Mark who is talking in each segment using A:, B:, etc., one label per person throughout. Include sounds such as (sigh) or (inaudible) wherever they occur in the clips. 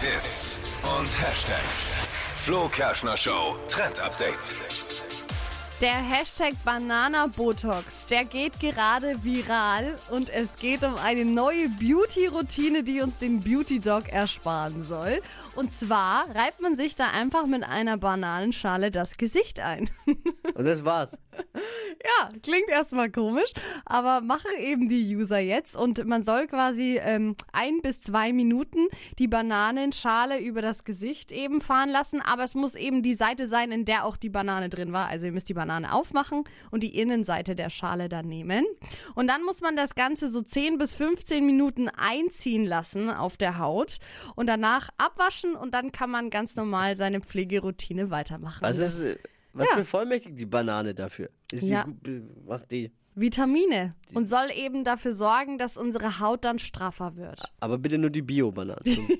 A: Hits und Hashtags. Flo Kerschner Show Trend Update.
B: Der Hashtag Bananabotox, der geht gerade viral und es geht um eine neue Beauty-Routine, die uns den Beauty-Dog ersparen soll. Und zwar reibt man sich da einfach mit einer Bananenschale das Gesicht ein.
C: Und das war's.
B: Ja, klingt erstmal komisch, aber machen eben die User jetzt und man soll quasi ähm, ein bis zwei Minuten die Bananenschale über das Gesicht eben fahren lassen, aber es muss eben die Seite sein, in der auch die Banane drin war. Also ihr müsst die Banane aufmachen und die Innenseite der Schale dann nehmen. Und dann muss man das Ganze so 10 bis 15 Minuten einziehen lassen auf der Haut und danach abwaschen und dann kann man ganz normal seine Pflegeroutine weitermachen.
C: Was ist, äh, was
B: Ja.
C: bevollmächtigt die Banane dafür? Ist die
B: Ja.
C: gut, be- macht die.
B: Vitamine und soll eben dafür sorgen, dass unsere Haut dann straffer wird.
C: Aber bitte nur die Bio-Banane.
B: (laughs)
C: Sonst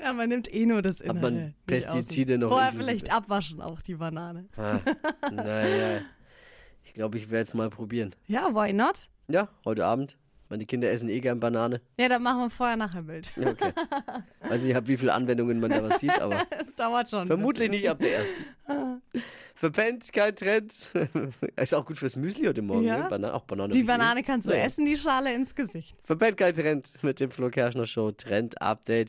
B: Ja, man nimmt eh nur das
C: man
B: Innere. nicht
C: Pestizide
B: außen.
C: noch
B: Vorher
C: inklusive?
B: vielleicht abwaschen auch die Banane.
C: ah, naja. Ich glaube, ich werde es mal probieren.
B: Ja, why not?
C: Ja, heute Abend. Meine Kinder essen eh gern Banane.
B: Ja, dann machen wir vorher nachher Bild. (laughs)
C: Ja, okay. Weiß nicht, ab wie viele Anwendungen man da was sieht,
B: (laughs)
C: aber
B: Es dauert schon. ein
C: vermutlich nicht ab der
B: (laughs)
C: ersten. Verpennt, kein Trend. (laughs) Ist auch gut fürs Müsli heute Morgen.
B: Ja.
C: Ne? Banane, auch Banane.
B: bisschen. Die Banane kannst du
C: Ja.
B: essen, die Schale ins Gesicht.
C: Verpennt, kein Trend mit dem Flo Kerschner Show Trend Update.